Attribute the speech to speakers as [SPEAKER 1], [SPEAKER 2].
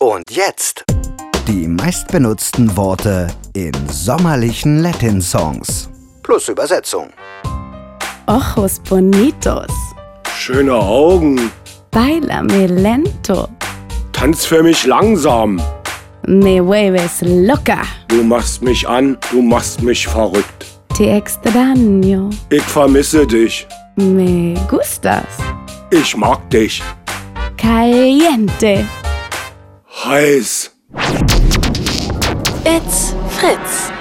[SPEAKER 1] Und jetzt
[SPEAKER 2] Die meistbenutzten Worte in sommerlichen Latin-Songs.
[SPEAKER 1] plus Übersetzung.
[SPEAKER 3] Ojos bonitos.
[SPEAKER 4] Schöne Augen.
[SPEAKER 3] Bailame lento.
[SPEAKER 4] Tanz für mich langsam.
[SPEAKER 3] Me hueves loca.
[SPEAKER 4] Du machst mich an, du machst mich verrückt.
[SPEAKER 3] Te extraño.
[SPEAKER 4] Ich vermisse dich.
[SPEAKER 3] Me gustas.
[SPEAKER 4] Ich mag dich.
[SPEAKER 3] Caliente.
[SPEAKER 4] Heiß.
[SPEAKER 5] It's Fritz.